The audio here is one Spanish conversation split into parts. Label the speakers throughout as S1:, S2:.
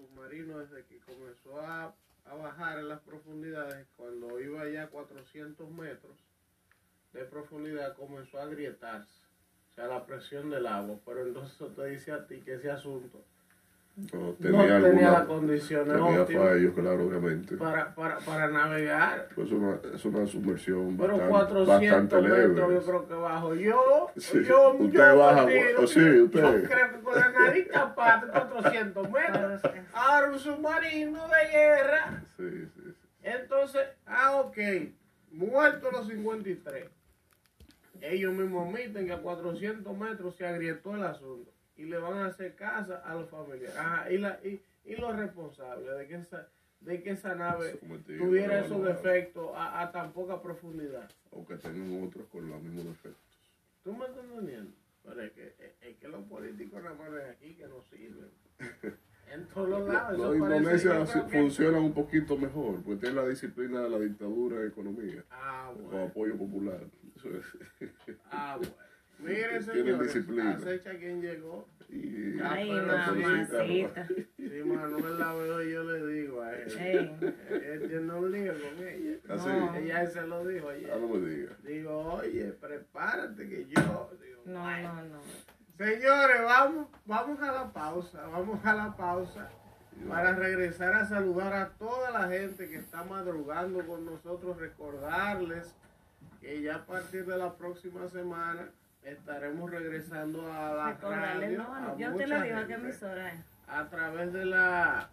S1: submarino desde que comenzó a, a bajar en las profundidades, cuando iba ya a 400 metros de profundidad, comenzó a agrietarse. O sea, la presión del agua. Pero entonces eso te dice a ti que ese asunto
S2: No
S1: no
S2: tenía
S1: tenía
S2: alguna-
S1: las condiciones
S2: tenía
S1: óptimas
S2: fallos, claro, obviamente.
S1: para, para, para navegar.
S2: Pues es una, es una sumersión
S1: Pero
S2: bastante,
S1: 400
S2: bastante
S1: metros
S2: leve.
S1: yo creo que bajo. Yo,
S2: Sí,
S1: yo,
S2: usted
S1: yo
S2: baja,
S1: tiro,
S2: o sí, usted.
S1: yo creo que con la nariz tapada 400 metros. Ahora un submarino de guerra.
S2: Sí, sí, sí.
S1: Entonces, ah, ok, muertos los 53. Ellos mismos admiten que a 400 metros se agrietó el asunto y le van a hacer casa a los familiares. Ajá, y, la, y, y los responsables de que esa, de que esa nave
S2: Sometido,
S1: tuviera
S2: no,
S1: esos
S2: no,
S1: defectos a, a tan poca profundidad.
S2: O que tengan otros con los mismos defectos.
S1: ¿Tú me estás entendiendo? Pero es que, es, es que los políticos nada más de aquí que no sirven. En todos los lados.
S2: No,
S1: eso parece,
S2: Indonesia
S1: yo creo
S2: sí
S1: que-
S2: funciona un poquito mejor, porque tiene la disciplina de la dictadura en economía,
S1: Ah,
S2: o
S1: bueno.
S2: apoyo popular. Eso es.
S1: Ah, bueno. Miren,
S2: Tienen
S1: señores,
S2: disciplina.
S1: acecha quien llegó.
S2: Y
S1: Ay,
S2: la
S3: mamacita.
S2: felicitaron.
S1: Si Manuel la veo, yo le digo a él. Eh,
S3: Ey.
S1: Él tiene un lío con ella.
S2: Así,
S3: No.
S1: Ella se lo dijo ayer.
S2: ah, no me diga.
S1: Digo, oye, prepárate que yo. Digo,
S3: No, no, no.
S1: Señores, vamos, vamos a la pausa, vamos a la pausa para regresar a saludar a toda la gente que está madrugando con nosotros, recordarles que ya a partir de la próxima semana estaremos regresando a la
S3: Recordarle,
S1: radio,
S3: no,
S1: a
S3: no. Yo te
S1: mucha
S3: lo digo a qué
S1: gente,
S3: emisora es.
S1: a través de la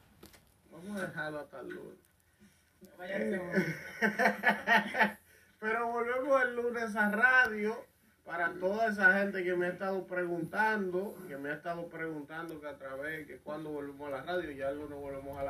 S1: vamos a dejarlo hasta el lunes. Pero volvemos el lunes a radio para toda esa gente que me ha estado preguntando, que me ha estado preguntando que a través, que cuando volvemos a la radio, ya el lunes volvemos a la